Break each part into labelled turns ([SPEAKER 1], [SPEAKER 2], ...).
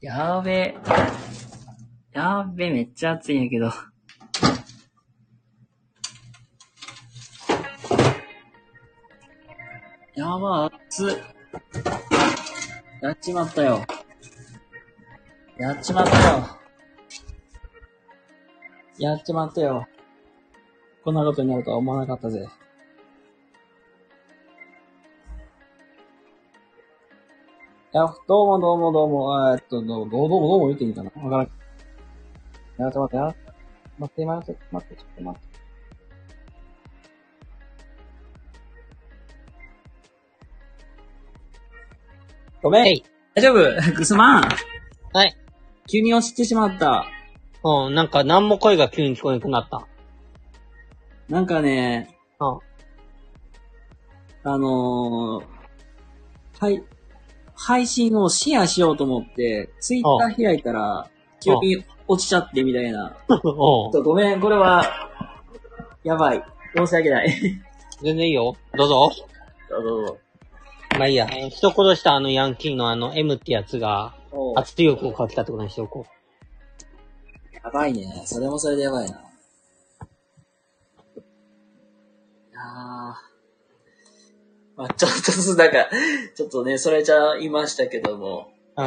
[SPEAKER 1] やーべえ。やーべえ、めっちゃ暑いんやけど。やば、暑っ。やっちまったよ。やっちまったよ。やっちまったよ。こんなことになるとは思わなかったぜ。いや、どうもどうもどうも、えーっと、どうどうどうもどうも言っていいかなわからん。やっと待って、やっと待って、待って、待って、ちょっと待って。ごめん、
[SPEAKER 2] はい
[SPEAKER 1] 大丈夫くすまん
[SPEAKER 2] はい。
[SPEAKER 1] 急に押してしまった。
[SPEAKER 2] うん、なんか何も声が急に聞こえなくなった。
[SPEAKER 1] なんかね、
[SPEAKER 2] うん。
[SPEAKER 1] あのー、はい、配信をシェアしようと思って、ツイッター開いたら、急に落ちちゃってみたいな。
[SPEAKER 2] おう
[SPEAKER 1] ちょっとごめん、これは、やばい。申し訳ない。
[SPEAKER 2] 全然いいよ。どうぞ。
[SPEAKER 1] どうぞどうぞ。
[SPEAKER 2] まあいいや。えー一殺したあのヤンキーのあの M ってやつが
[SPEAKER 1] おう
[SPEAKER 2] 圧力をかけたってことにしておこ
[SPEAKER 1] やばいね。それもそれでやばいな。いやー。まあ、ちょっとずつ、なんか、ちょっとね、それちゃいましたけども。
[SPEAKER 2] う。うん。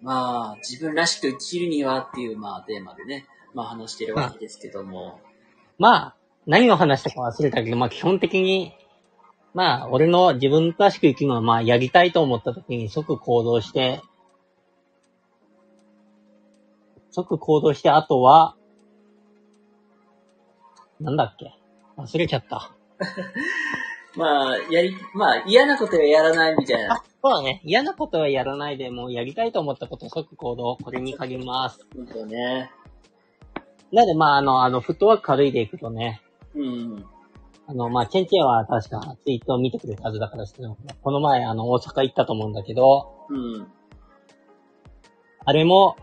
[SPEAKER 1] まあ、自分らしく生きるにはっていう、まあ、テーマでね、まあ話してるわけですけども。
[SPEAKER 2] まあ、何を話したか忘れたけど、まあ基本的に、まあ俺の自分らしく生きるのはまあやりたいと思った時に即行動して、即行動して、あとは、なんだっけ忘れちゃった。
[SPEAKER 1] まあ、やり、まあ、嫌なことはやらないみたいな
[SPEAKER 2] あ。、そうだね。嫌なことはやらないで、もうやりたいと思ったこと即行動、これに限ります。
[SPEAKER 1] うんとね。
[SPEAKER 2] なので、まあ、あの、あの、フットワーク軽いでいくとね、
[SPEAKER 1] うん。
[SPEAKER 2] あの、まあ、チェンチェは確かツイートを見てくれたはずだからしてこの前、あの、大阪行ったと思うんだけど、
[SPEAKER 1] うん。
[SPEAKER 2] あれも、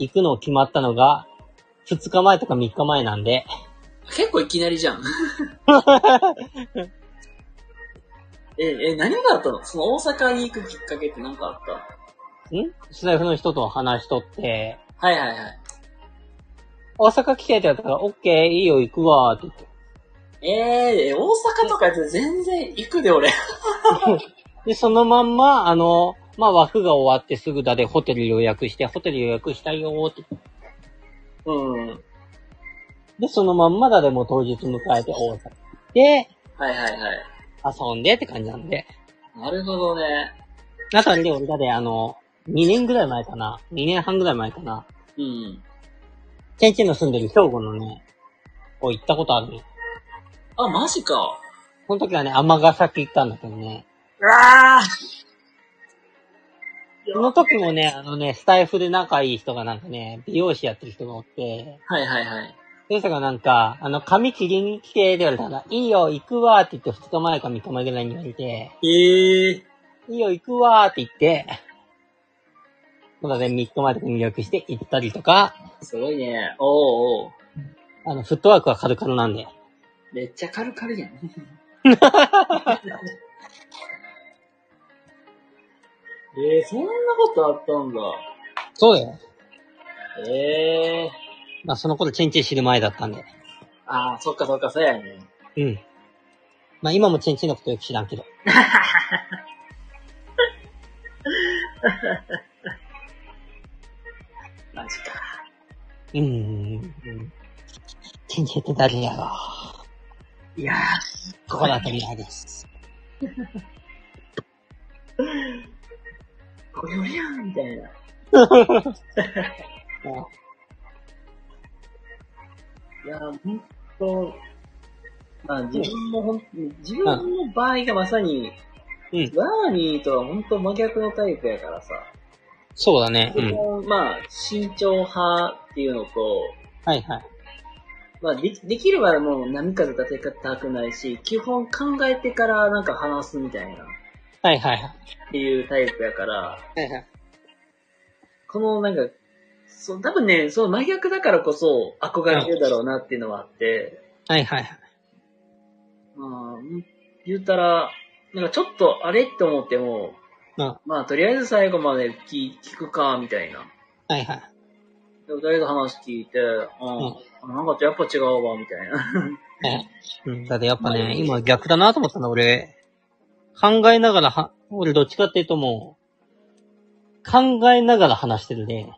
[SPEAKER 2] 行くの決まったのが、2日前とか3日前なんで、
[SPEAKER 1] 結構いきなりじゃ ん。え、え、何があったのその大阪に行くきっかけって何かあった
[SPEAKER 2] んスタイフの人と話しとって、
[SPEAKER 1] はいはいはい。
[SPEAKER 2] 大阪来てってやったから、オッケー、いいよ、行くわ、って言って。
[SPEAKER 1] えー、え大阪とかやったら全然行くで俺。
[SPEAKER 2] で、そのまんま、あの、まあ、枠が終わってすぐだでホテル予約して、ホテル予約したいよーって。
[SPEAKER 1] うん。
[SPEAKER 2] で、そのまんまだでもう当日迎えて大阪行って、
[SPEAKER 1] はいはいはい。
[SPEAKER 2] 遊んでって感じなんで。
[SPEAKER 1] なるほどね。
[SPEAKER 2] あとあれで俺だで、あの、2年ぐらい前かな。2年半ぐらい前かな。
[SPEAKER 1] うん。
[SPEAKER 2] チェンチェンの住んでる兵庫のね、こう行ったことあるね。
[SPEAKER 1] あ、マジか。
[SPEAKER 2] この時はね、尼崎行ったんだけどね。
[SPEAKER 1] うわ
[SPEAKER 2] その時もね、あのね、スタイフで仲いい人がなんかね、美容師やってる人がおって、
[SPEAKER 1] はいはいはい。
[SPEAKER 2] その人がなんか、あの、髪切りに来て、で言われたら、いいよ、行くわって言って、2日前か3日前ぐらいに言われて、
[SPEAKER 1] ええー。
[SPEAKER 2] いいよ、行くわって言って、そうだね、3日前とか入力して行ったりとか、
[SPEAKER 1] すごいね。おうおう。
[SPEAKER 2] あの、フットワークは軽々なんで。
[SPEAKER 1] めっちゃカルカルやん。 えー、そんなことあったんだ。
[SPEAKER 2] そうだよ。
[SPEAKER 1] ええ
[SPEAKER 2] まあ、その頃チェンチェン知る前だったんで。
[SPEAKER 1] ああ、そっかそっか、そうやね。
[SPEAKER 2] うん。まあ、今もチェンチェンのことよく知らんけど。
[SPEAKER 1] マジか。
[SPEAKER 2] うんうんうんうん。チェンチェンって誰やろ
[SPEAKER 1] いや
[SPEAKER 2] ここだったみたいです。
[SPEAKER 1] ー、これ俺やん、みたいな。
[SPEAKER 2] も
[SPEAKER 1] いやー、ほんと、まあ自分もほん、自分の場合がまさに、
[SPEAKER 2] うん
[SPEAKER 1] ワーニーとはほんと真逆のタイプやからさ。
[SPEAKER 2] うそうだね。うん。
[SPEAKER 1] まあ、慎重派っていうのと、
[SPEAKER 2] はいはい。
[SPEAKER 1] まあ、できできればもう波風立てたくないし、基本考えてからなんか話すみたいな
[SPEAKER 2] はいはいはい。
[SPEAKER 1] っていうタイプやから、
[SPEAKER 2] はいはい。
[SPEAKER 1] このなんか、そう、多分ね、そう真逆だからこそ憧れてるだろうなっていうのはあって、
[SPEAKER 2] はいはいはい。
[SPEAKER 1] まあ、言うたら、なんかちょっとあれって思っても、
[SPEAKER 2] ま
[SPEAKER 1] まあ、とりあえず最後まで聞聞くか、みたいな。
[SPEAKER 2] あ、はいはい。
[SPEAKER 1] で、二人が話聞いて、うん、なんかやっぱ違うわ、みたいな。
[SPEAKER 2] ねうん、だってやっぱね、今逆だなと思ったんだ、俺。考えながらは、俺どっちかっていうともう、考えながら話してるね。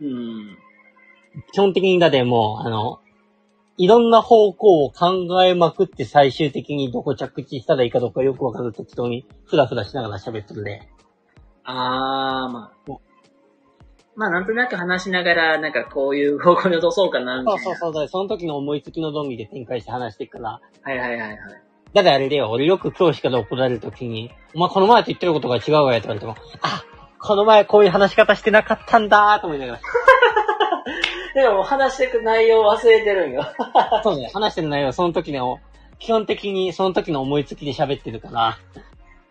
[SPEAKER 1] うん。
[SPEAKER 2] 基本的にだってもう、あの、いろんな方向を考えまくって最終的にどこ着地したらいいかどうかよくわからず適当にふらふらしながら喋ってるね。
[SPEAKER 1] あー、まあ
[SPEAKER 2] お。
[SPEAKER 1] まあ、なんとなく話しながら、なんかこういう方向に落とそうかな、みた
[SPEAKER 2] そ
[SPEAKER 1] いうな。
[SPEAKER 2] そうそう。だからその時の思いつきの論理で展開して話していくから。
[SPEAKER 1] はいはいはいはい。
[SPEAKER 2] だってあれだよ、俺よく教師から怒られる時に、お前この前と言ってることが違うわよって言われても、あ、この前こういう話し方してなかったんだーと思いながら。
[SPEAKER 1] でも、話してく内容忘れてるんよ。
[SPEAKER 2] そうね、話してる内容はその時の、基本的にその時の思いつきで喋ってるから、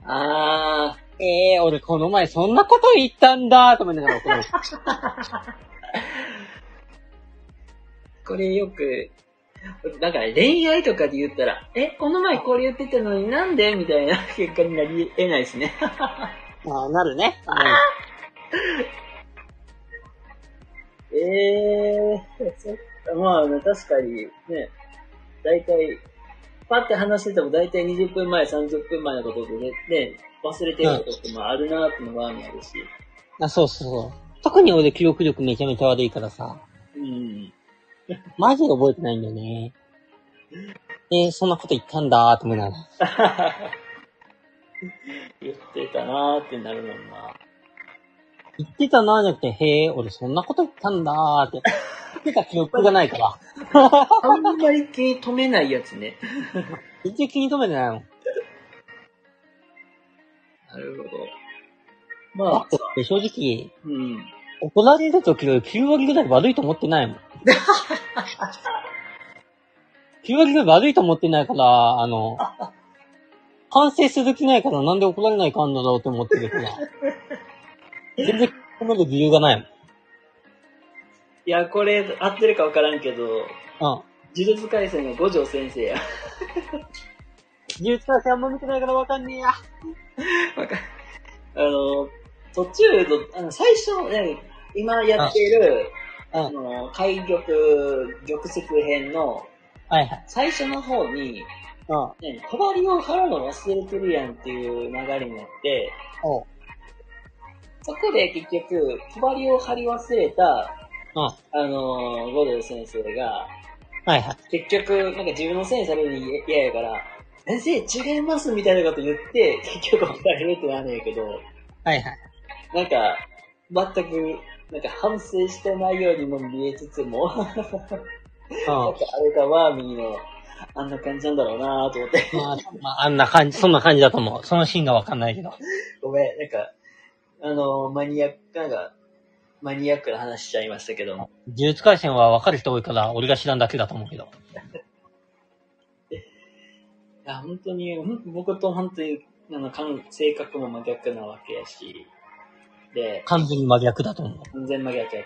[SPEAKER 1] あ
[SPEAKER 2] ええー、俺この前そんなこと言ったんだーと思いながら怒られる。
[SPEAKER 1] ー、これよく、だから恋愛とかで言ったら、え、この前これ言ってたのになんでみたいな結果になり得ないですね。
[SPEAKER 2] ま あ、なるね。
[SPEAKER 1] ええー、そっか、まあね、確かにね、だいたい、パって話しててもだいたい20分前、30分前のことでね、ね忘れてることってもあるなってのがあるんやろし。
[SPEAKER 2] あ、そうそうそう。特に俺記憶力めちゃめちゃ悪いからさ、
[SPEAKER 1] うん。
[SPEAKER 2] マジで覚えてないんだよね。えー、そんなこと言ったんだーと思いながら。
[SPEAKER 1] 言ってたなーってなるもんな。
[SPEAKER 2] 言ってたなーじゃなくて、へえ、俺そんなこと言ったんだーって。言ってた記憶がない から。
[SPEAKER 1] あんまり気に留めないやつね。
[SPEAKER 2] 全然気に留めてないもん。
[SPEAKER 1] なるほど。
[SPEAKER 2] だ
[SPEAKER 1] まあ
[SPEAKER 2] っ、て正直、
[SPEAKER 1] うん。
[SPEAKER 2] 怒られるときの9割ぐらい悪いと思ってない もん。9割ぐらい悪いと思ってないから、あの、反省する気ないからなんで怒られないかんだろうと思ってる から。全然こまで理由がない
[SPEAKER 1] いや、これ合ってるかわからんけど、
[SPEAKER 2] もん。うん。
[SPEAKER 1] 呪術廻戦の五条先生や。
[SPEAKER 2] 理由つかあんま見てないからわかんねえや。
[SPEAKER 1] わかんあの、途中の、あの最初、ね、今やってる、
[SPEAKER 2] うん。
[SPEAKER 1] あ
[SPEAKER 2] はい
[SPEAKER 1] の、海玉、玉石編の
[SPEAKER 2] はい。
[SPEAKER 1] 最初の方に、
[SPEAKER 2] うん。
[SPEAKER 1] ね、帳を払うの忘れてるやんっていう流れになって、
[SPEAKER 2] おう。
[SPEAKER 1] そこで結局、帳を張り忘れた、
[SPEAKER 2] うん。は
[SPEAKER 1] あの、五条先生が、
[SPEAKER 2] いはい。
[SPEAKER 1] 結局、なんか自分のせいにされるの嫌やから、先生違いますみたいなこと言って、結局怒られるってなんやけど、
[SPEAKER 2] はいはい。
[SPEAKER 1] なんか、全く、なんか反省してないようにも見えつつも、なんか
[SPEAKER 2] うん。
[SPEAKER 1] あれがワーミーの、あんな感じなんだろうなと思って、
[SPEAKER 2] まあ、まあ、あんな感じ、そんな感じだと思う。そのシーンがわかんないけど。
[SPEAKER 1] ごめん、なんか、あのマニアック、なんか、マニアックな話しちゃいましたけども。
[SPEAKER 2] 呪術回戦はわかる人多いから、俺が知らんだけだと思うけど。
[SPEAKER 1] いや、本当に、ほん僕と本当に、あの、感性格も真逆なわけやし、で、
[SPEAKER 2] 完全に真逆だと思う。
[SPEAKER 1] 完全真逆やけど。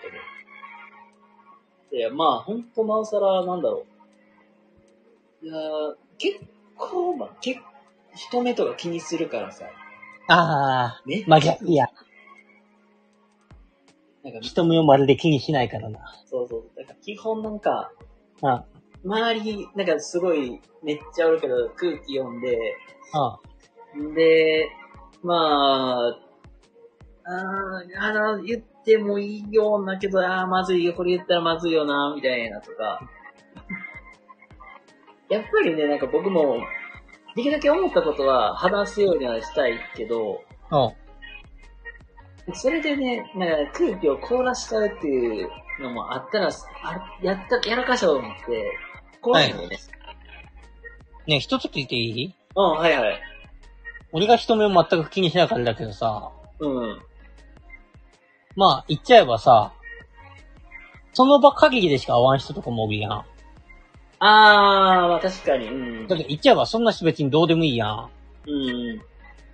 [SPEAKER 1] いや、まあ、ほんとなおさら、なんだろう。いやー結構、まあ、結人目とか気にするからさ、
[SPEAKER 2] ああ、
[SPEAKER 1] ね、
[SPEAKER 2] 真逆いや。
[SPEAKER 1] なんか、
[SPEAKER 2] 人目をまるで気にしないからな。
[SPEAKER 1] そうそう、だから基本なんか、
[SPEAKER 2] うん。うん。
[SPEAKER 1] 周り、なんかすごい、めっちゃおるけど、空気読んで、んで、まあ、あーあの、言ってもいいようなけど、ああ、まずいよ、これ言ったらまずいよな、みたいなとか。 やっぱりね、なんか僕も、できるだけ思ったことは話すようにはしたいけど、
[SPEAKER 2] うん。
[SPEAKER 1] それでね、なんか空気を凍らしちゃうっていうのもあったら、あやった、やらかしようと思って、怖いんだよね。
[SPEAKER 2] ねえ一つ聞いていい
[SPEAKER 1] うん、はいはい。
[SPEAKER 2] 俺が人目を全く気にしなかったんだけどさ、
[SPEAKER 1] うん。
[SPEAKER 2] まあ、言っちゃえばさ、その場限りでしか会わん人とかもおるやん。
[SPEAKER 1] あー、まあ確かに、うん。
[SPEAKER 2] だけど言っちゃえばそんな人別にどうでもいいやん。
[SPEAKER 1] うん。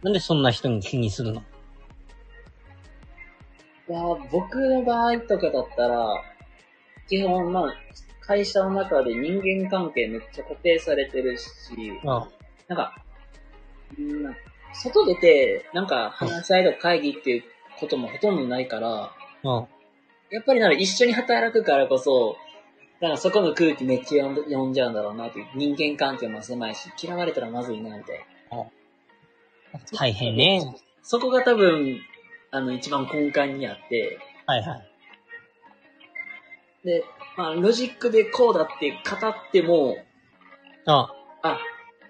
[SPEAKER 2] なんでそんな人に気にするの
[SPEAKER 1] いや、僕の場合とかだったら、基本、まあ、会社の中で人間関係めっちゃ固定されてるし、
[SPEAKER 2] うん。
[SPEAKER 1] なんか、うんなんか外出て、なんか話し合いとか会議っていうこともほとんどないから、
[SPEAKER 2] うん。
[SPEAKER 1] やっぱりなんか一緒に働くからこそ、だからそこの空気めっちゃ読ん読んじゃうんだろうなっていう。人間関係も狭いし、嫌われたらまずいな、みたいな。
[SPEAKER 2] 大変ね。
[SPEAKER 1] そこが多分、あの、一番根幹にあって、
[SPEAKER 2] はいはい。
[SPEAKER 1] で、まあ、ロジックでこうだって語っても、
[SPEAKER 2] あ
[SPEAKER 1] あ、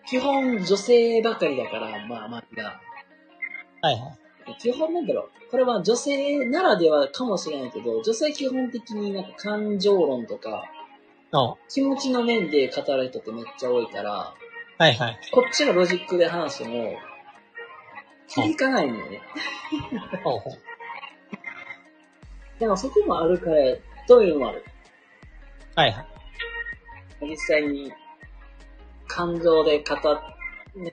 [SPEAKER 1] 基本女性ばかりだから、まあ、まあ、が。
[SPEAKER 2] はいはい。
[SPEAKER 1] 基本なんだろう。これは女性ならではかもしれないけど、女性基本的になんか感情論とか、
[SPEAKER 2] あ
[SPEAKER 1] 気持ちの面で語る人ってめっちゃ多いから、
[SPEAKER 2] はいはい。
[SPEAKER 1] こっちがロジックで話しても、響かないんだよね。
[SPEAKER 2] ほうほう。
[SPEAKER 1] でもそこもあるから、どういうのもある。
[SPEAKER 2] はいはい。
[SPEAKER 1] 実際に感情で語っ、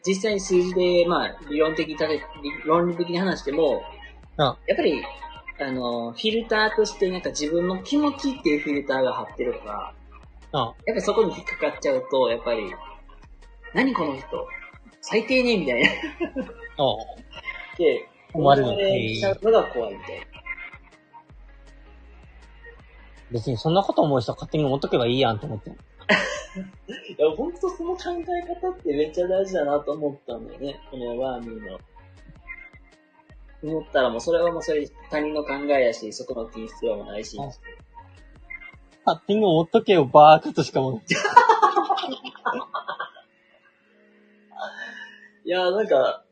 [SPEAKER 1] 実際に数字で、まあ、理論的に立て、理論理的に話しても、
[SPEAKER 2] あ
[SPEAKER 1] やっぱり、あの、フィルターとしてなんか自分の気持ちっていうフィルターが張ってるから、
[SPEAKER 2] あ
[SPEAKER 1] やっぱりそこに引っかかっちゃうと、やっぱり、何この人最低ねみたいな。っ
[SPEAKER 2] おう
[SPEAKER 1] て、
[SPEAKER 2] 思われる
[SPEAKER 1] 思われちゃうのが怖いみたいな。
[SPEAKER 2] 別にそんなこと思う人は勝手に思っとけばいいやんと思って。
[SPEAKER 1] いや、ほんとその考え方ってめっちゃ大事だなと思ったんだよね。このワーミーの。思ったらもうそれはもうそれ他人の考えやし、そこの気に必要もないし。
[SPEAKER 2] あ勝手に思っとけよ、バーカとしか思う。
[SPEAKER 1] いや、なんか、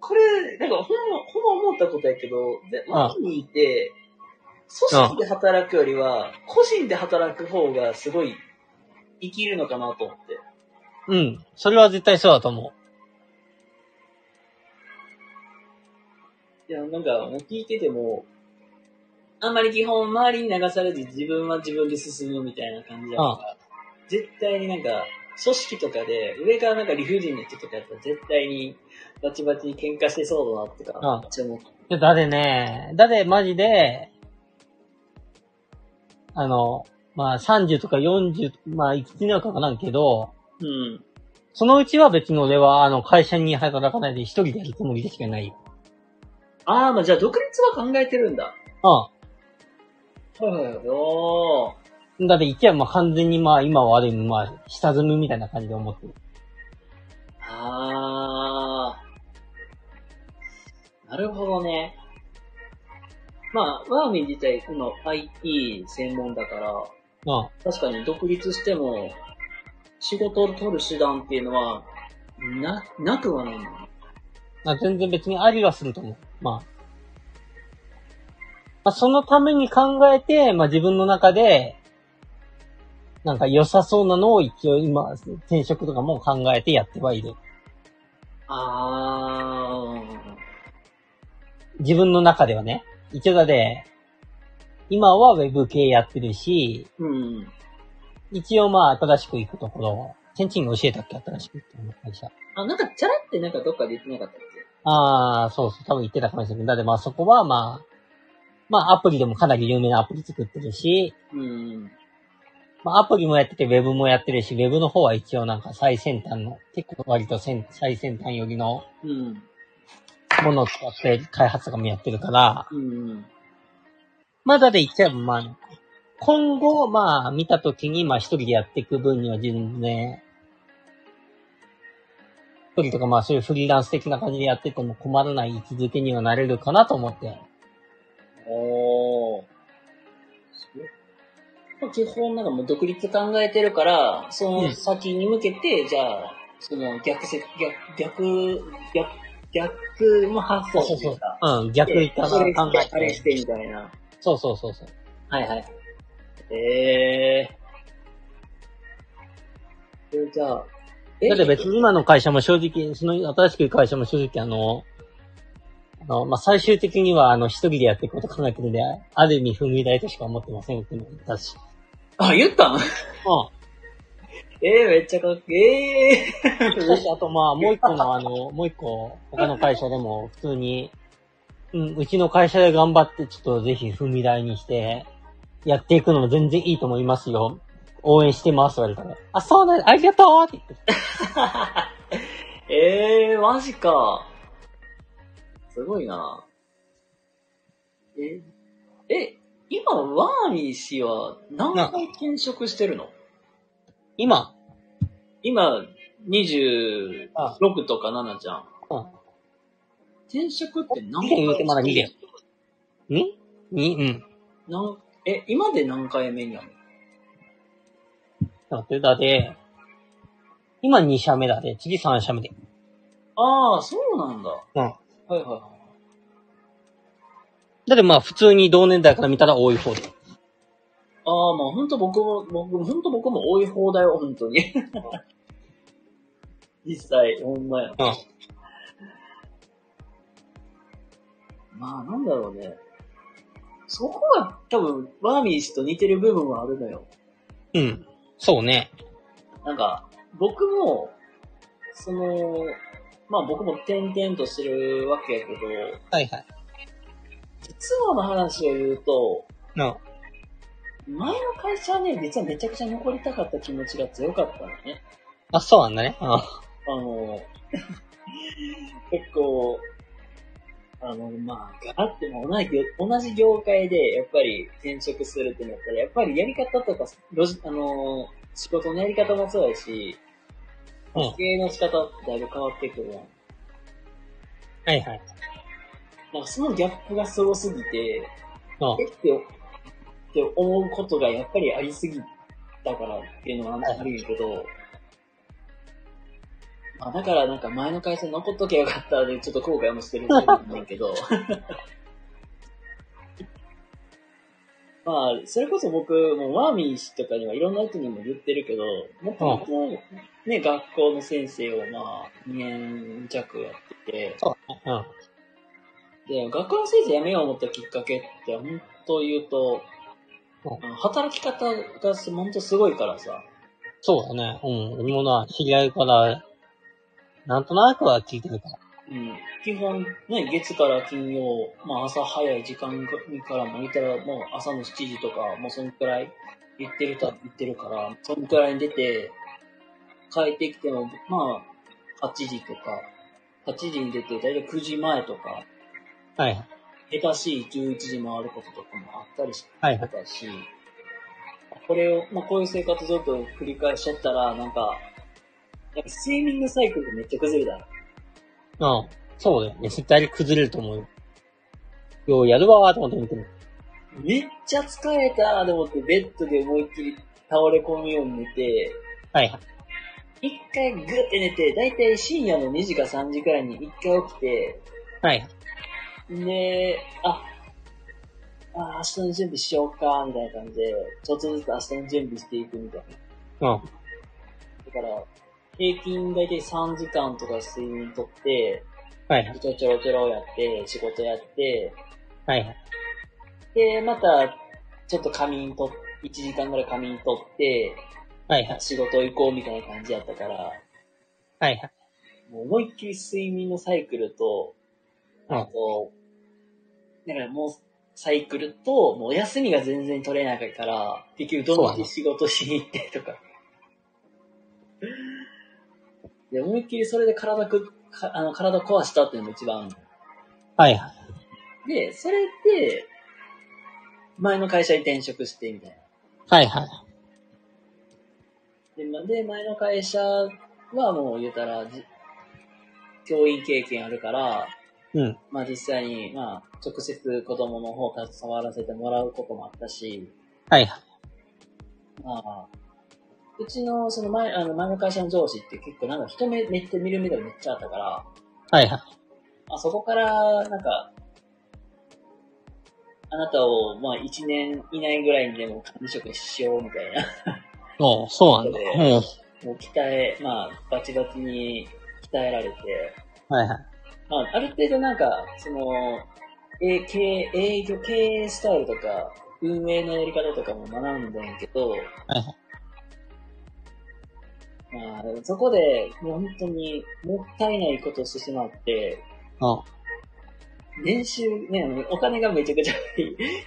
[SPEAKER 1] これ、なんかほんま、ほんま思ったことやけど、で
[SPEAKER 2] あ
[SPEAKER 1] ワーミーって、組織で働くよりは、個人で働く方がすごい生きるのかなと思って。
[SPEAKER 2] うん。それは絶対そうだと思
[SPEAKER 1] いや、なんか、聞いてても、あんまり基本周りに流されず自分は自分で進むみたいな感じだから、絶対になんか、組織とかで、上からなんか理不尽な人とかやったら絶対にバチバチに喧嘩してそうだなってか、
[SPEAKER 2] ああ
[SPEAKER 1] めっちゃ思った
[SPEAKER 2] う。いや、だでね、だでマジで、あの、まあ、30とか40、まあ、いくつになるかわからんけど、
[SPEAKER 1] うん。
[SPEAKER 2] そのうちは別に俺は、あの、会社に働かないで一人でやるつもりでしかないよ。
[SPEAKER 1] ああ、まあじゃあ独立は考えてるんだ。はいはいはい。おー
[SPEAKER 2] うん。だって一応まあ完全にまあ今はある意味まあ下積みみたいな感じで思ってる。
[SPEAKER 1] あー。なるほどね。まあ、ワーミン自体、今 IT 専門だから、
[SPEAKER 2] うん。
[SPEAKER 1] 確かに独立しても、仕事を取る手段っていうのは、な、なくはないの。
[SPEAKER 2] まあ、全然別にありはすると思う。まあ。まあ、そのために考えて、まあ自分の中で、なんか良さそうなのを一応今、転職とかも考えてやってはいる。
[SPEAKER 1] あ
[SPEAKER 2] 自分の中ではね。一応だで、今はウェブ系やってるし、
[SPEAKER 1] ー。うん。
[SPEAKER 2] 一応まあ新しく行くところ、チンチンが教えたっけ新しく行くところの会社。
[SPEAKER 1] あ、なんか、チャラってなんかどっかで言ってなかったっ
[SPEAKER 2] ああ、そうそう、多分言ってたかもしれない。だってまあそこはまあ、まあアプリでもかなり有名なアプリ作ってるし、
[SPEAKER 1] けうん。
[SPEAKER 2] まあアプリもやっててウェブもやってるし、ウェブの方は一応なんか最先端の、結構割と先最先端寄りの
[SPEAKER 1] うん。
[SPEAKER 2] ものを使って開発とかもやってるから、
[SPEAKER 1] うん。
[SPEAKER 2] まだで言っちゃえばまあ、今後まあ見た時にまあ一人でやっていく分には全然、一人とかまあそういうフリーランス的な感じでやってても困らない位置づけにはなれるかなと思って。
[SPEAKER 1] おー。まあ基本なんかもう独立考えてるから、その先に向けて、じゃあ、その逆せ、逆、逆、逆、逆の発想っていうか。
[SPEAKER 2] うん、逆に考
[SPEAKER 1] でこれ
[SPEAKER 2] え。
[SPEAKER 1] してあれしててみたいな。
[SPEAKER 2] そうそうそうそう。
[SPEAKER 1] はいはい。ええー。それじゃあ、え
[SPEAKER 2] だって別に今の会社も正直、その新しく会社も正直あの、あの、まあ、最終的にはあの、一人でやっていくこと考えてるんで、ある意味踏み台としか思ってませんっていうのも言ったし。
[SPEAKER 1] あ、言ったん
[SPEAKER 2] う
[SPEAKER 1] ええめっちゃかっけ ええ
[SPEAKER 2] ん。だし、あとまあ、もう一個のあの、もう一個、他の会社でも普通に、うん、うちの会社で頑張って、ちょっとぜひ踏み台にして、やっていくのも全然いいと思いますよ。応援してます、われたら。あ、そうなんだ、ありがとうって言って。
[SPEAKER 1] ええー、マジか。すごいな。え、え、今、ワーミー氏は何回転職してるの
[SPEAKER 2] 今、
[SPEAKER 1] 今、26とか7じゃん。
[SPEAKER 2] うん
[SPEAKER 1] 転職って何
[SPEAKER 2] 二年言う
[SPEAKER 1] 回
[SPEAKER 2] てまだ二年ににうん。
[SPEAKER 1] なんえ、今で何回目になるの
[SPEAKER 2] だって、だって、今2社目だで、次3社目で。
[SPEAKER 1] ああ、そうなんだ。
[SPEAKER 2] うん
[SPEAKER 1] はいはいは
[SPEAKER 2] だってまあ普通に同年代から見たら多い方で。
[SPEAKER 1] い。ああ、まあ本当僕も、僕も、本当僕も多い方だよ、本当に。 実際、ほんまや。
[SPEAKER 2] うん。
[SPEAKER 1] まあなんだろうね。そこは多分、ワーミー氏と似てる部分はあるのよ。
[SPEAKER 2] うん。そうね。
[SPEAKER 1] なんか、僕も、その、まあ僕も転々としてるわけやけど、
[SPEAKER 2] はいはい。
[SPEAKER 1] 実はの話を言うと、
[SPEAKER 2] なあ
[SPEAKER 1] 前の会社はね、実はめちゃくちゃ残りたかった気持ちが強かったのね。
[SPEAKER 2] あ、そうなんだね。あ
[SPEAKER 1] あの、結構、あの、まあ、ガーっても同じ業、同じ業界でやっぱり転職するってなったら、やっぱりやり方とか、ロジあの、仕事のやり方もそうやし、
[SPEAKER 2] うん
[SPEAKER 1] 経営の仕方ってだいぶ変わってくるやん。
[SPEAKER 2] はいはい。
[SPEAKER 1] なんかそのギャップがすごすぎて、
[SPEAKER 2] ああ
[SPEAKER 1] えって、って思うことがやっぱりありすぎたからっていうのはあるんやけど、まあだからなんか前の会社残っとけばよかったで、ちょっと後悔もしてるんだけど、 まあ、それこそ僕、もうワーミー氏とかにはいろんな人にも言ってるけど、もともとね、学校の先生をまあ、2年弱やってて、
[SPEAKER 2] うん。
[SPEAKER 1] で、学校の先生辞めよう思ったきっかけって、本当言うと、
[SPEAKER 2] うん
[SPEAKER 1] あの働き方がす本当すごいからさ。
[SPEAKER 2] そうだね。うん。俺もな、知り合いから、なんとなくは聞いてるから。
[SPEAKER 1] うん。基本、ね、月から金曜、まあ朝早い時間からもいたら、もう朝の7時とか、もうそのくらい行ってるた、行ってるから、そのくらいに出て、帰ってきても、まあ、8時とか、8時に出て、だいたい9時前とか、
[SPEAKER 2] はいはい。
[SPEAKER 1] 下手しい11時回ることとかもあったりして、
[SPEAKER 2] はいは
[SPEAKER 1] だ
[SPEAKER 2] い。
[SPEAKER 1] ったし、これを、まあ、こういう生活ずっと繰り返しちゃったら、なんか、やっぱスイミングサイクルがめっちゃ崩れたな。
[SPEAKER 2] うん。そうだよね。絶対に崩れると思うよ。ようやるわーと思って見てる。
[SPEAKER 1] めっちゃ疲れたと思って、ベッドで思いっきり倒れ込むように寝て、
[SPEAKER 2] はいはい。
[SPEAKER 1] 一回グッて寝て、だいたい深夜の2時か3時くらいに一回起きて、
[SPEAKER 2] はいはい。
[SPEAKER 1] で、あ、あ明日の準備しようか、みたいな感じで、ちょっとずつ明日の準備していくみたいな。
[SPEAKER 2] うん。
[SPEAKER 1] だから、平均だいたい3時間とか睡眠とって、
[SPEAKER 2] はいはい。
[SPEAKER 1] ちょろちょろちょろやって、仕事やって、
[SPEAKER 2] はいはい。
[SPEAKER 1] で、また、ちょっと仮眠と、1時間ぐらい仮眠取って、
[SPEAKER 2] はいはい。
[SPEAKER 1] 仕事行こうみたいな感じやったから、
[SPEAKER 2] はいはい。
[SPEAKER 1] もう思いっきり睡眠のサイクルと、
[SPEAKER 2] うん
[SPEAKER 1] あと、だからもう、サイクルと、もう休みが全然取れないから、結局土日仕事しに行ってとか。で、思いっきりそれで体く、かあの体壊したっていうのも一番あるの
[SPEAKER 2] はいはい。
[SPEAKER 1] で、それで、前の会社に転職して、みたいな。
[SPEAKER 2] はいはい。
[SPEAKER 1] で、まで、前の会社はもう言うたら、じ教員経験あるから、
[SPEAKER 2] うん。
[SPEAKER 1] まあ実際に、まあ、直接子供の方から触らせてもらうこともあったし、
[SPEAKER 2] はいはい。
[SPEAKER 1] まあ、うちの、その前、あの、前の会社の上司って結構なんか人目、めっちゃ見る目がめっちゃあったから、
[SPEAKER 2] はいはい。
[SPEAKER 1] あそこから、なんか、あなたを、まあ、一年以内ぐらいにでも管理職にしようみたいな。
[SPEAKER 2] おうそうなんだ。うん。
[SPEAKER 1] もう鍛え、まあ、バチバチに鍛えられて、
[SPEAKER 2] はいはい。
[SPEAKER 1] まあ、ある程度なんか、その、え、経営、営業、経営スタイルとか、運営のやり方とかも学んだんやけど、
[SPEAKER 2] はい
[SPEAKER 1] まあ、そこで、もう本当に、もったいないことをしてしまって、
[SPEAKER 2] うん。
[SPEAKER 1] 年収ね、お金がめちゃくちゃ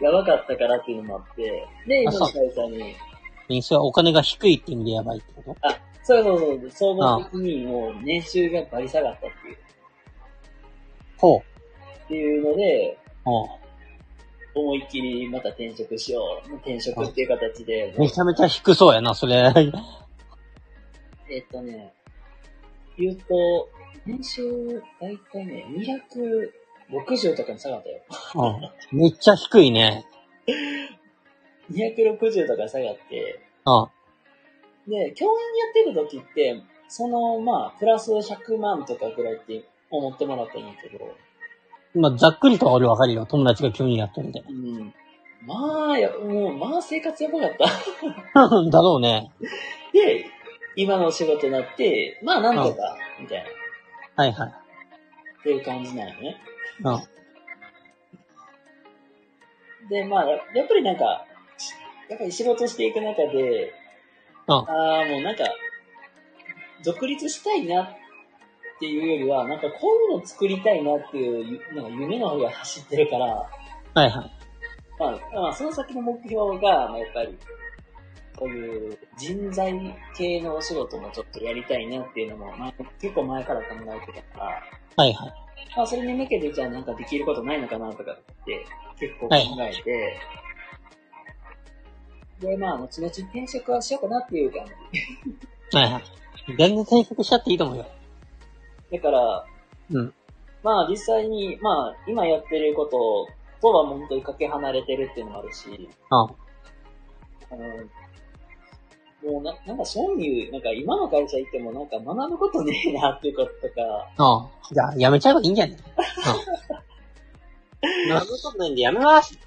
[SPEAKER 1] やばかったからっていうのもあって、で、今
[SPEAKER 2] あ
[SPEAKER 1] の会社に、
[SPEAKER 2] 年収はお金が低いって意味でやばいってこと
[SPEAKER 1] そうそうそう、総合的にもう年収がバリ下がったっていう、
[SPEAKER 2] ほう。
[SPEAKER 1] っていうので、
[SPEAKER 2] ほう。
[SPEAKER 1] 思いっきりまた転職しよう。転職っていう形で、
[SPEAKER 2] めちゃめちゃ低そうやな、それ。
[SPEAKER 1] えっとね、言うと、年収、だいたいね、260とかに下がったよ。
[SPEAKER 2] うんめっちゃ低いね。
[SPEAKER 1] 260とかに下がって、
[SPEAKER 2] うん。
[SPEAKER 1] で、教員やってる時って、その、まあ、プラス100万とかぐらいって思ってもらったらいいんだけど、
[SPEAKER 2] まあ、ざっくりとは俺わかるよ。友達が急にやってるん で。
[SPEAKER 1] うん。まあ、やもう、まあ生活やばかった。
[SPEAKER 2] だろうね。
[SPEAKER 1] で、今のお仕事になって、まあなんとか、みたいな、っ
[SPEAKER 2] はいはい。
[SPEAKER 1] ていう感じなんよね。
[SPEAKER 2] うん。うん。
[SPEAKER 1] で、まあ、ややっぱりなんか、しやっぱり仕事していく中で、
[SPEAKER 2] うん
[SPEAKER 1] ああ、もうなんか、独立したいなっていうよりは、なんかこういうの作りたいなっていう、ゆなんか夢の方が走ってるから、
[SPEAKER 2] はいはい。
[SPEAKER 1] まあ、まあ、その先の目標が、まあ、やっぱり、こういう人材系のお仕事もちょっとやりたいなっていうのも、まあ、結構前から考えてたから、
[SPEAKER 2] はいはい。
[SPEAKER 1] まあ、それに向けてじゃあなんかできることないのかなとかって結構考えて、で、まあ、後々転職はしようかなっていう感じ。
[SPEAKER 2] はいはい。全然転職しちゃっていいと思うよ。
[SPEAKER 1] だから、
[SPEAKER 2] うん。
[SPEAKER 1] まあ実際に、まあ今やってることとはもう本当にかけ離れてるっていうのもあるし、
[SPEAKER 2] うん。
[SPEAKER 1] あの、もうな、なんかそういう、なんか今の会社行ってもなんか学ぶことねえなっていうこととか、
[SPEAKER 2] うん。じゃあ、やめちゃえばいいんじゃないうん。なることないんでやめます。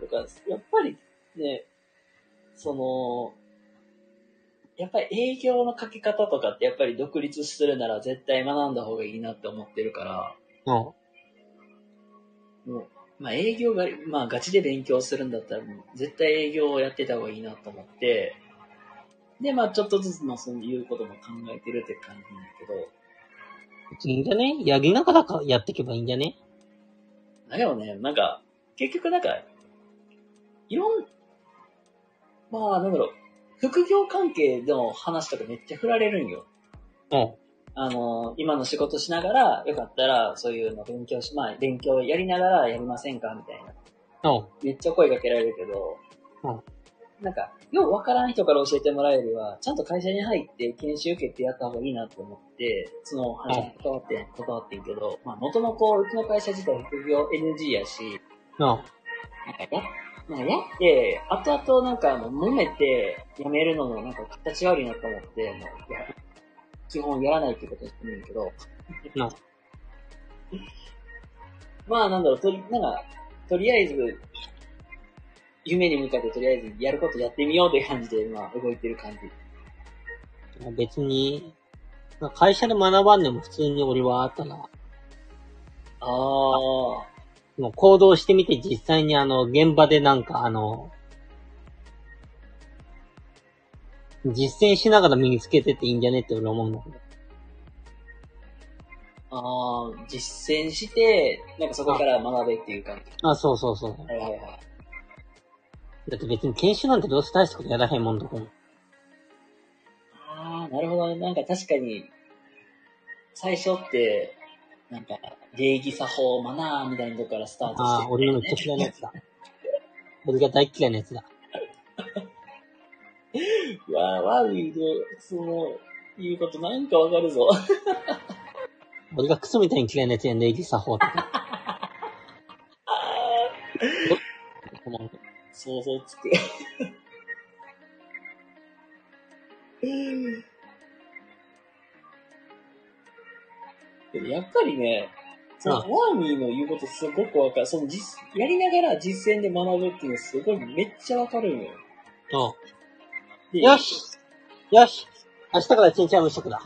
[SPEAKER 1] とか、やっぱりね、その、やっぱり営業の書き方とかってやっぱり独立するなら絶対学んだ方がいいなって思ってるから、
[SPEAKER 2] うん。
[SPEAKER 1] もう、まあ営業が、まあガチで勉強するんだったらもう絶対営業をやってた方がいいなと思って、で、まあちょっとずつまあそういうことも考えてるって感じなんだけど、
[SPEAKER 2] 別にいいんじゃねやりながらかやっていけばいいんじゃね
[SPEAKER 1] だけどね、なんか、結局なんか、いろん、まあなんだろう、副業関係の話とかめっちゃ振られるんよ。
[SPEAKER 2] うん。
[SPEAKER 1] あの、今の仕事しながら、よかったら、そういうの勉強し、まあ、勉強やりながらやりませんかみたいな。
[SPEAKER 2] うん。
[SPEAKER 1] めっちゃ声かけられるけど、
[SPEAKER 2] うん
[SPEAKER 1] なんか、ようわからん人から教えてもらえるよりは、ちゃんと会社に入って研修受けてやった方がいいなと思って、その話に関わって、関わってんけど、まあ、もともとうちの会社自体副業 NG やし、
[SPEAKER 2] うん。
[SPEAKER 1] なんかや、なんかやって、後々なんかあの、揉めてやめるのもなんか形悪いなと思って、もう、や基本やらないってことにしてるんだけど。
[SPEAKER 2] な
[SPEAKER 1] まあなんだろう、とり、なんか、とりあえず、夢に向かってとりあえずやることやってみようという感じで今動いてる感じ。
[SPEAKER 2] 別に、まあ会社で学ばんでも普通に俺はあったな。
[SPEAKER 1] ああ。は
[SPEAKER 2] もう行動してみて実際にあの、現場でなんかあの、実践しながら身につけてっていいんじゃねって俺思うんだけど。
[SPEAKER 1] ああ、実践して、なんかそこから学べっていう感じ。
[SPEAKER 2] あ、そうそうそう。
[SPEAKER 1] はいはいはい。
[SPEAKER 2] だって別に研修なんてどうせ大したことやらへんもんとかも。
[SPEAKER 1] ああ、なるほどね。なんか確かに、最初って、なんか、礼儀作法、マナーみたいなとこからスタートして
[SPEAKER 2] ああ、俺のめっちゃ嫌いなやつだ。俺が大嫌いなやつだ。
[SPEAKER 1] うわー、悪いの、その、いうことなんかわかるぞ。
[SPEAKER 2] 俺がクソみたいに嫌いなやつやん、礼儀作法と か。
[SPEAKER 1] 想像つく。 でもやっぱりね、その、
[SPEAKER 2] あ
[SPEAKER 1] ワーミーの言うことすごくわかる。その実、やりながら実践で学ぶっていうのすごいめっちゃわかるのよ。
[SPEAKER 2] う
[SPEAKER 1] で
[SPEAKER 2] ん。よしよし明日からチンチャ無職だ。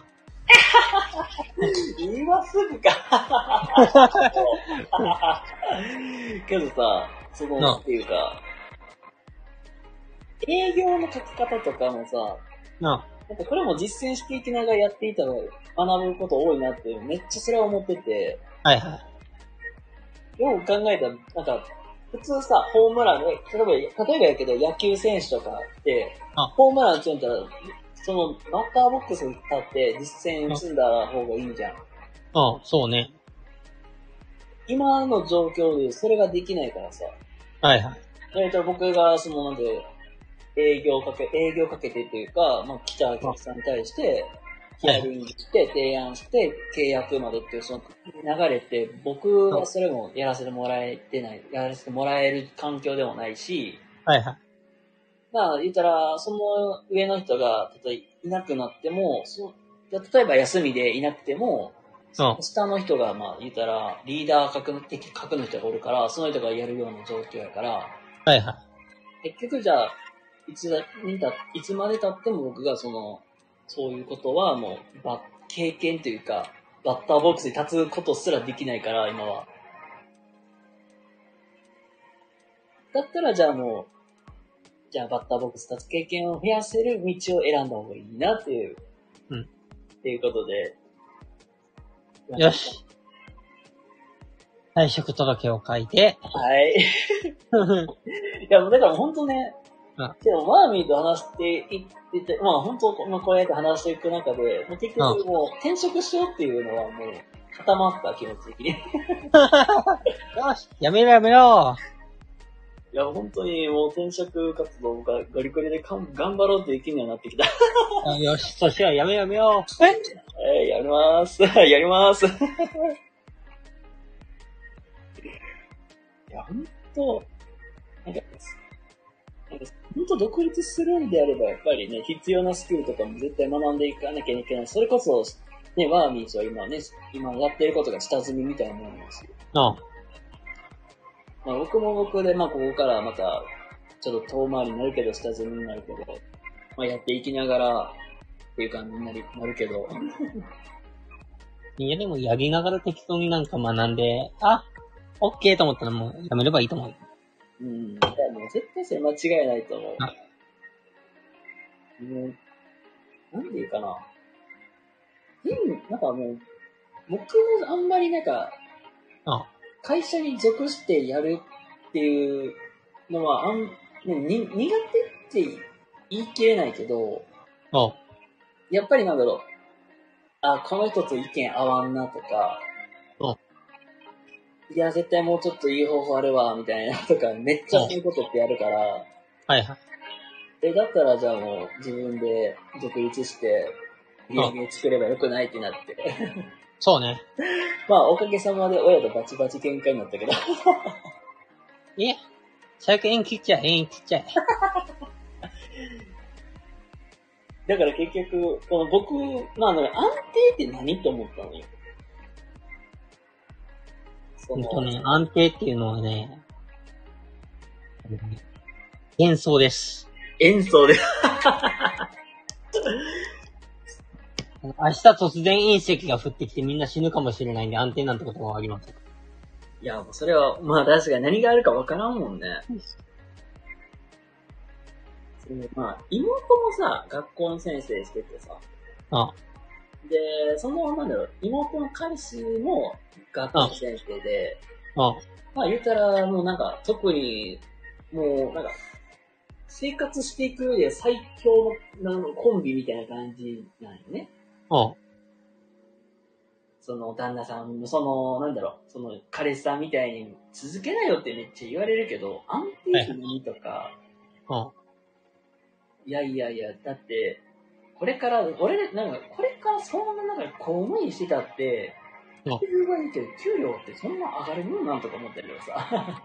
[SPEAKER 1] 今すぐか。 けどさ、その、
[SPEAKER 2] なあ
[SPEAKER 1] なんていうか、営業の書き方とかもさ、
[SPEAKER 2] な
[SPEAKER 1] なんかこれも実践していきながらやっていたら学ぶこと多いなって、めっちゃそれは思ってて、
[SPEAKER 2] あ。はいはい。
[SPEAKER 1] よく考えたら、なんか、普通さ、ホームラン、例えば、例えばやけど野球選手とかって
[SPEAKER 2] あ、
[SPEAKER 1] ホームラン打つんだったら、その、バッターボックスに立って実践打つんだ方がいいじゃん。
[SPEAKER 2] うん、そうね。
[SPEAKER 1] 今の状況でそれができないからさ、
[SPEAKER 2] はいはい。
[SPEAKER 1] えっと、僕が、その、なんで、営業かけ、営業かけてっていうか、まあ、来たお客さんに対して、ヒアリングして、提案して、契約までっていう、その、流れって、僕はそれもやらせてもらえてない、やらせてもらえる環境でもないし、
[SPEAKER 2] はいはい。
[SPEAKER 1] まあ、言ったら、その上の人が、例えばいなくなっても、その例えば休みでいなくても、
[SPEAKER 2] そ
[SPEAKER 1] 下の人が、まあ、言ったら、リーダー格の、的格の人がおるから、その人がやるような状況やから、
[SPEAKER 2] う。はいはい。
[SPEAKER 1] 結局じゃあ、いつだにたいつまで経っても僕がその、そういうことはもう、ば経験というか、バッターボックスに立つことすらできないから、今は。だったらじゃあもう、じゃあバッターボックス立つ経験を増やせる道を選んだ方がいいなっていう。
[SPEAKER 2] うん
[SPEAKER 1] っていうことで。
[SPEAKER 2] よし。退職届を書い て、
[SPEAKER 1] はい。いや、もうだから本当ね
[SPEAKER 2] うん、
[SPEAKER 1] でもマーミーと話していってて、まあ本当、まあ、こうやって話していく中で、もう結局もう転職しようっていうのはもう固まった気持ち的に。い
[SPEAKER 2] よしやめろやめろ
[SPEAKER 1] や、本当にもう転職活動がゴリゴリでかん頑張ろうという気にはなってきた。は
[SPEAKER 2] あよし、そしよう、やめようやめよう。え
[SPEAKER 1] い、やります。 はいやります。いや、本当、なんか、なんか本当独立するんであれば、やっぱりね、必要なスキルとかも絶対学んでいかなきゃいけない。それこそ、ね、ワーミーズは今ね、今やってることが下積みみたいなもんですよ。
[SPEAKER 2] の、
[SPEAKER 1] まあ僕も僕で、まあここからまた、ちょっと遠回りになるけど、下積みになるけど、まあやっていきながら、っていう感じになりなるけど、
[SPEAKER 2] いやでもやりながら適当になんか学んで、あ、オッケーと思ったらもうやめればいいと思う。
[SPEAKER 1] うん。だからもう絶対それ間違いないと思
[SPEAKER 2] あ
[SPEAKER 1] う。もう、なんでいいかな。変、なんかもう、僕もあんまりなんか、
[SPEAKER 2] あ
[SPEAKER 1] 会社に属してやるっていうのは、あん、ねに苦手って言い切れないけど、
[SPEAKER 2] おう。
[SPEAKER 1] やっぱりなんだろう。あ、この人と意見合わんなとか。いや、絶対もうちょっといい方法あるわ、みたいなとか、めっちゃそういうことってやるから。
[SPEAKER 2] はいはい。
[SPEAKER 1] え、だったらじゃあもう自分で独立して、人間作ればよくないってなって。
[SPEAKER 2] そうね。
[SPEAKER 1] まあ、おかげさまで親とバチバチ喧嘩になったけど。
[SPEAKER 2] え最悪縁切っちゃえ、縁切っちゃえ。
[SPEAKER 1] だから結局、この僕、まあ、なんか安定って何と思ったのよ。そ
[SPEAKER 2] ほん
[SPEAKER 1] の、
[SPEAKER 2] とね、安定っていうのはね、幻想です。
[SPEAKER 1] 演奏で。
[SPEAKER 2] 明日突然隕石が降ってきてみんな死ぬかもしれないんで安定なんてこともあります。
[SPEAKER 1] いや、もうそれは、まあ確かに何があるかわからんもんね。でまあ、妹もさ、学校の先生しててさ、
[SPEAKER 2] あ、
[SPEAKER 1] で、その、なんだろう、妹の彼氏も学校の先生で、
[SPEAKER 2] あ、
[SPEAKER 1] まあ言ったら、もうなんか、特に、もう、なんか、生活していく上で最強のなんコンビみたいな感じなんよね。
[SPEAKER 2] あ、
[SPEAKER 1] その旦那さんも、その、なんだろう、その彼氏さんみたいに続けなよってめっちゃ言われるけど、安定期にとか、
[SPEAKER 2] あ、
[SPEAKER 1] いやいやいや、だって、これから、俺、なんか、これからそんな中で公務員してたって、
[SPEAKER 2] うん
[SPEAKER 1] 給料がいいけど、給料ってそんな上がるもんなんとか思ったけどさ。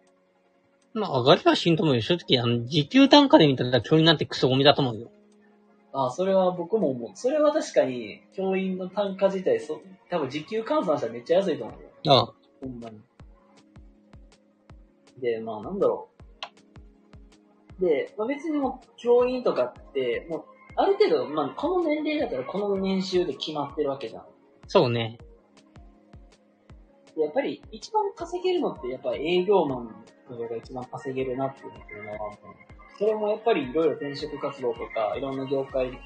[SPEAKER 2] まあ、上がりはしんともよ。正直、あの、時給単価で見たら教員なんてクソゴミだと思うよ。
[SPEAKER 1] あ、それは僕も思う。それは確かに、教員の単価自体、そ多分時給換算したらめっちゃ安いと思うよ。
[SPEAKER 2] ああ
[SPEAKER 1] ほんまに。で、まあなんだろう。で、まあ、別にもう教員とかって、もう、ある程度、まあこの年齢だったらこの年収で決まってるわけじゃん。
[SPEAKER 2] そうね。
[SPEAKER 1] やっぱり一番稼げるのってやっぱ営業マンの方が一番稼げるなっていうのは、それもやっぱりいろいろ転職活動とか、いろんな業界の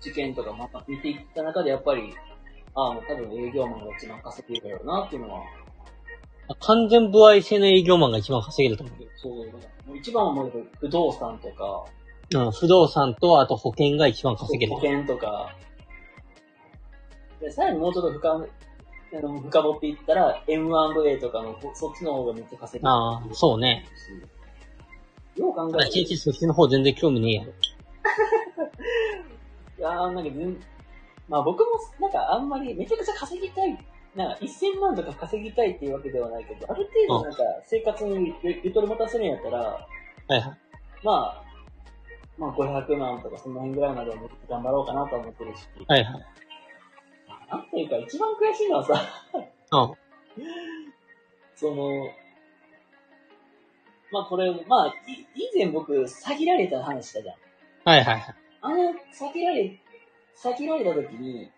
[SPEAKER 1] 受験とかまた見ていった中でやっぱり、ああ、もう多分営業マンが一番稼げるよなっていうのは、
[SPEAKER 2] 完全不愛性の営業マンが一番稼げると思うよ。
[SPEAKER 1] そうだな。もう一番はもう不動産とか、
[SPEAKER 2] うん、不動産と、あと保険が一番稼げる
[SPEAKER 1] 保。険とか、で、さらにもうちょっと深あの深掘っていったら、M&A とかの、そっちの方がめっちゃ稼げる。
[SPEAKER 2] ああ、そうね。
[SPEAKER 1] よう考
[SPEAKER 2] ただ、
[SPEAKER 1] えて
[SPEAKER 2] いちいちそっちの方全然興味ねえやろ。
[SPEAKER 1] いやー、なんか全、まあ僕も、なんかあんまりめちゃくちゃ稼ぎたい、なんか1000万とか稼ぎたいっていうわけではないけど、ある程度なんか生活にゆゆとり持たせるんやったら、
[SPEAKER 2] はいはい。
[SPEAKER 1] まあ、まあ500万とかその辺ぐらいまではめっちゃ頑張ろうかなとは思ってるし、
[SPEAKER 2] はいはい。
[SPEAKER 1] なんていうか一番悔しいのはさ、
[SPEAKER 2] うん。
[SPEAKER 1] その、まあこれ、まあ、い以前僕、詐欺られた話したじゃん。
[SPEAKER 2] はいはいはい。
[SPEAKER 1] あの、避けられ、避けられた時に、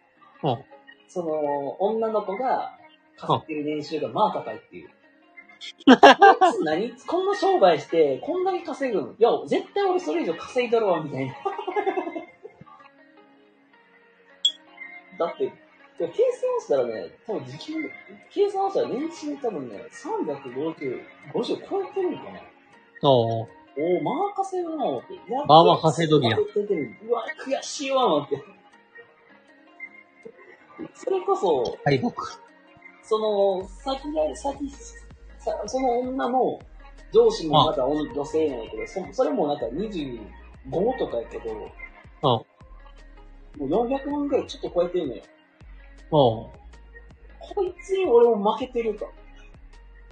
[SPEAKER 2] うん
[SPEAKER 1] その、女の子が、稼ってる年収がまあ高いっていう。こいつ何こんな商売して、こんだけ稼ぐんいや、絶対俺それ以上稼いだろわ、みたいな。 だって、計算したらね、多分時給、計算したら年収多分ね、350、50超えてるんかな。
[SPEAKER 2] おー。
[SPEAKER 1] おー、まあ稼ぐな、思って。
[SPEAKER 2] まあまあ稼いどるやん
[SPEAKER 1] ん。うわ、悔しいわ、思って。それこそ、
[SPEAKER 2] 敗北。
[SPEAKER 1] その、先が、先、さその女の上司もまた女女性なんやけど、そそれもなんか25とかやけど、もう400万ぐらいちょっと超えてるのよ。
[SPEAKER 2] おー。
[SPEAKER 1] こいつに俺も負けてると。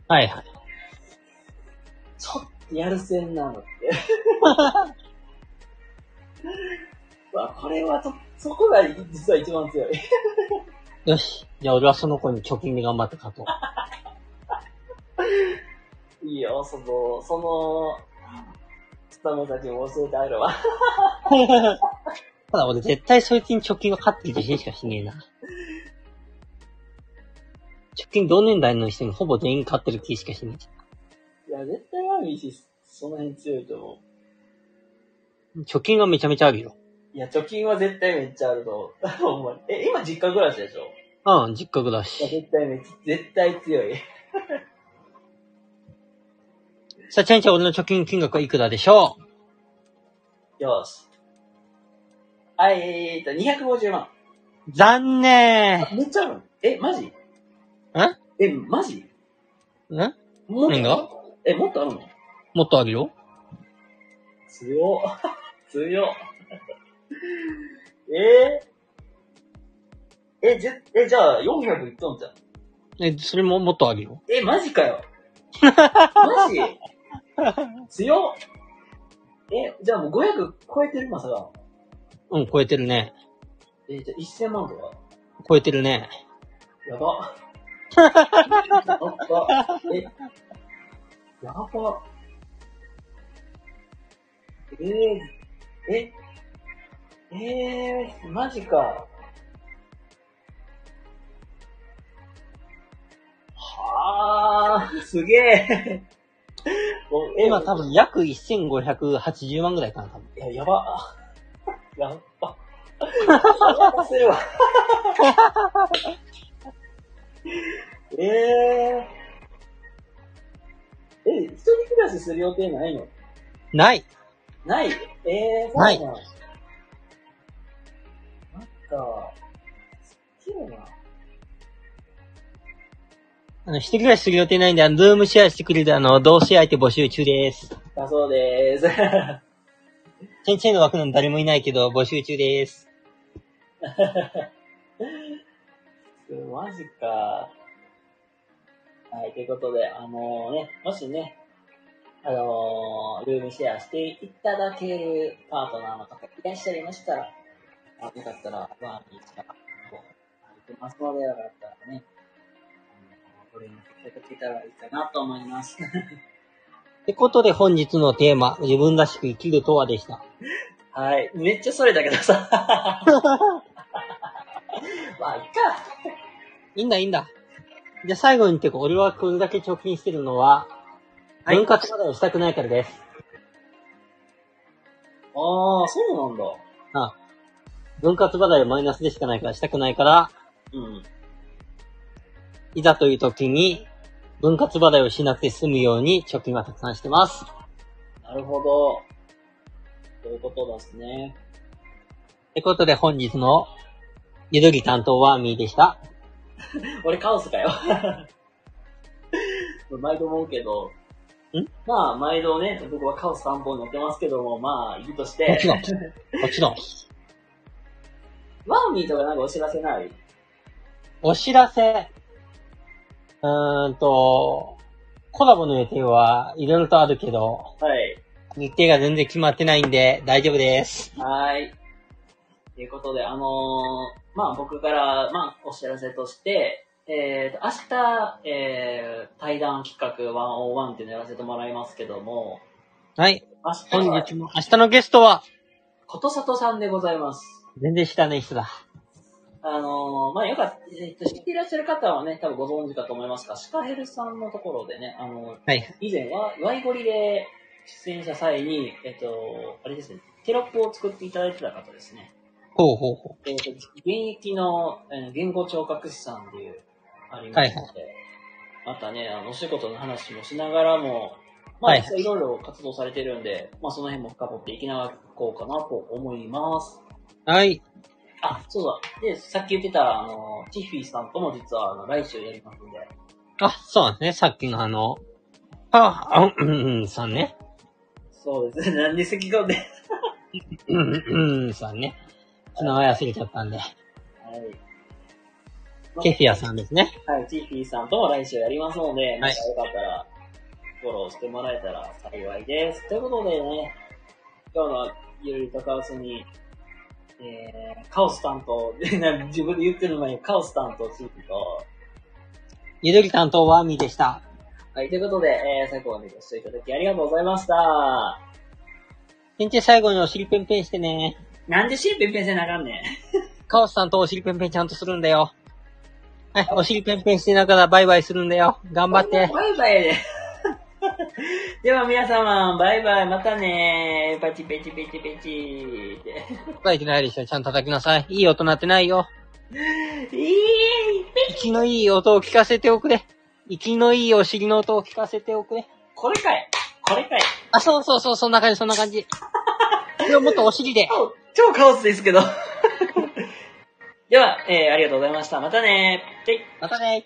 [SPEAKER 2] はいはい。
[SPEAKER 1] ちょっとやるせんなのって。 うわこれはと、そこが実は一番強い。
[SPEAKER 2] よし。じゃあ俺はその子に貯金で頑張って 勝とう。
[SPEAKER 1] いいよ、その、その、スタムたちも教えてあるわ。
[SPEAKER 2] ただ俺絶対そいつに貯金が勝ってる自信しかしねえな。貯金同年代の人にほぼ全員勝ってる気しかしね
[SPEAKER 1] いや、絶対アーミーし、その辺強いと思
[SPEAKER 2] え。貯金がめちゃめちゃあるよ。
[SPEAKER 1] う。いや、貯金は絶対めっちゃあると思う。ほんまにえ、今実家暮らしでしょ
[SPEAKER 2] うん、実家暮
[SPEAKER 1] い
[SPEAKER 2] ら
[SPEAKER 1] や、
[SPEAKER 2] し。
[SPEAKER 1] 絶対めっちゃ、絶対強い。
[SPEAKER 2] さあ、ちゃんちゃん俺の貯金金額はいくらでしょう
[SPEAKER 1] よし。はい、えーっと、250万。
[SPEAKER 2] 残念
[SPEAKER 1] めっちゃあるのえ、マジ
[SPEAKER 2] え
[SPEAKER 1] え、マジ
[SPEAKER 2] ん
[SPEAKER 1] もっと
[SPEAKER 2] 何が
[SPEAKER 1] え、もっとあるの
[SPEAKER 2] もっとあるよ
[SPEAKER 1] 強っ。 強っ。えー、え、じゅ、え、じゃあ、400いっとんじゃん。
[SPEAKER 2] え、それももっとあるよ。
[SPEAKER 1] え、マジか よ。マジ強っ。え、じゃあもう500超えてるまさか。
[SPEAKER 2] うん、超えてるね。
[SPEAKER 1] え、じゃあ1000万とか
[SPEAKER 2] 超えてるね。
[SPEAKER 1] やば。やば。え、やば。えー、え、えー、マジか。はあ、すげえ。もうえ
[SPEAKER 2] 今多分約1580万ぐらいかな、多分。
[SPEAKER 1] いや、やば。 やっば。やばするわ。 ええー。え、一人暮らしする予定ないの
[SPEAKER 2] ない
[SPEAKER 1] ないえー、
[SPEAKER 2] ない
[SPEAKER 1] そうなんなんか、好きだな。
[SPEAKER 2] あの、一人暮らしする予定ないんで、あの、ズームシェアしてくれる、あの、同性相手募集中です。
[SPEAKER 1] だそうでーす。
[SPEAKER 2] チェンチェンの枠なんて誰もいないけど、募集中です。
[SPEAKER 1] マジか。はい、ということで、あのね、もしね、あのールームシェアしていただけるパートナーの方いらっしゃいましたら、あよかったら、ワーミーチが、こう、歩いてますので、よかったらね、あのご連絡いただけたらいいかなと思います。
[SPEAKER 2] ってことで本日のテーマ、自分らしく生きるとはでした。
[SPEAKER 1] はい、めっちゃそれだけどさ。まあ、いっか。
[SPEAKER 2] いいんだ、いいんだ。じゃあ最後にってか、俺はこれだけ貯金してるのは、
[SPEAKER 1] はい
[SPEAKER 2] 分割払いをしたくないからです。
[SPEAKER 1] ああ、そうなんだ。
[SPEAKER 2] 分割払いはマイナスでしかないからしたくないから、
[SPEAKER 1] うん。
[SPEAKER 2] いざという時に、分割払いをしなくて済むように貯金はたくさんしてます。
[SPEAKER 1] なるほど。ということですね。
[SPEAKER 2] ってことで本日の、ゆるり担当はみーでした。
[SPEAKER 1] 俺カオスかよ。 毎度思うけど、
[SPEAKER 2] ん
[SPEAKER 1] まあ、毎度ね、僕はカオス散歩に乗ってますけども、まあ、いるとして
[SPEAKER 2] も、 ちろん。もちろん。
[SPEAKER 1] ワーミーとかなんかお知らせない
[SPEAKER 2] お知らせ。うーんと、コラボの予定はいろいろとあるけど、
[SPEAKER 1] はい。
[SPEAKER 2] 日程が全然決まってないんで大丈夫です。
[SPEAKER 1] はーい。ということで、あのーまあ、僕から、まあ、お知らせとして、えーと、明日、えー、対談企画101っていうのやらせてもらいますけども、
[SPEAKER 2] はい。
[SPEAKER 1] 明
[SPEAKER 2] 本
[SPEAKER 1] 日は、
[SPEAKER 2] 日も、明日のゲストは、
[SPEAKER 1] ことさとさんでございます。
[SPEAKER 2] 全然知らない人だ。
[SPEAKER 1] あのーまあ、よかった、えっと、知っていらっしゃる方はね、多分ご存知かと思いますが、シカヘルさんのところでね、あのー
[SPEAKER 2] はい。
[SPEAKER 1] 以前は、ワイゴリで出演した際に、えっと、あれですね、テロップを作っていただいてた方ですね。
[SPEAKER 2] ほうほうほ
[SPEAKER 1] えっ、と、現役の、えー言語聴覚士さんっていう、ありますので、またね、あの、お仕事の話もしながらも、まあ、
[SPEAKER 2] はい
[SPEAKER 1] 実際いろいろ活動されてるんで、まあ、その辺も深掘っていきながらこうかなと思います。
[SPEAKER 2] う。はい。
[SPEAKER 1] あ、そうだ。で、さっき言ってた、あの、ティフィーさんとも実は、あの、来週やりますんで、
[SPEAKER 2] あ、そうなんですね。さっきのあの、あ、あ、うん、うん、さんね。
[SPEAKER 1] そうですね。なんで咳込んで。はい。
[SPEAKER 2] うん、うん、うんさんね。ちょっと名前忘れちゃったんで。ケフィアさんですね。
[SPEAKER 1] はい、ティフィーさんとも来週やりますので、もしよかったら、フォローしてもらえたら幸いです。ということでね、今日のゆるりとカオスに、えー、カオス担当、 な自分で言ってる前にカオス担当チームと、
[SPEAKER 2] ゆるり担当はアーミーでした。
[SPEAKER 1] はい、ということで、えー、最後までご視聴いただきありがとうございました。
[SPEAKER 2] 先生最後にお尻ペンペンしてね。
[SPEAKER 1] なんでシーペンペンせなあかんねん。
[SPEAKER 2] カオスさんとお尻ペンペンちゃんとするんだよ。はい、お尻ペンペンしてながらバイバイするんだよ。頑張って。
[SPEAKER 1] バイバイで。 では皆様、バイバイ、またねー。パチペチペチペチって。
[SPEAKER 2] 叩いてないでしょ。ちゃんと叩きなさい。いい音鳴ってないよ。
[SPEAKER 1] いい
[SPEAKER 2] 息のいい音を聞かせておくれ。息のいいお尻の音を聞かせておくれ。
[SPEAKER 1] これかいこれかい
[SPEAKER 2] あ、そうそうそう、そんな感じ、そんな 感じ。これをもっとお尻で。
[SPEAKER 1] 超超カオスですけど。では、えーありがとうございました。またねー。てい
[SPEAKER 2] またね